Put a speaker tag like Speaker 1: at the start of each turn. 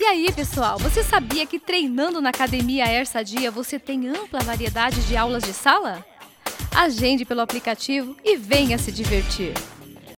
Speaker 1: E aí, pessoal, você sabia que treinando na Academia Air Sadia você tem ampla variedade de aulas de sala? Agende pelo aplicativo e venha se divertir!